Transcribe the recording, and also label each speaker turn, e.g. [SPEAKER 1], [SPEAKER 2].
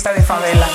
[SPEAKER 1] vela.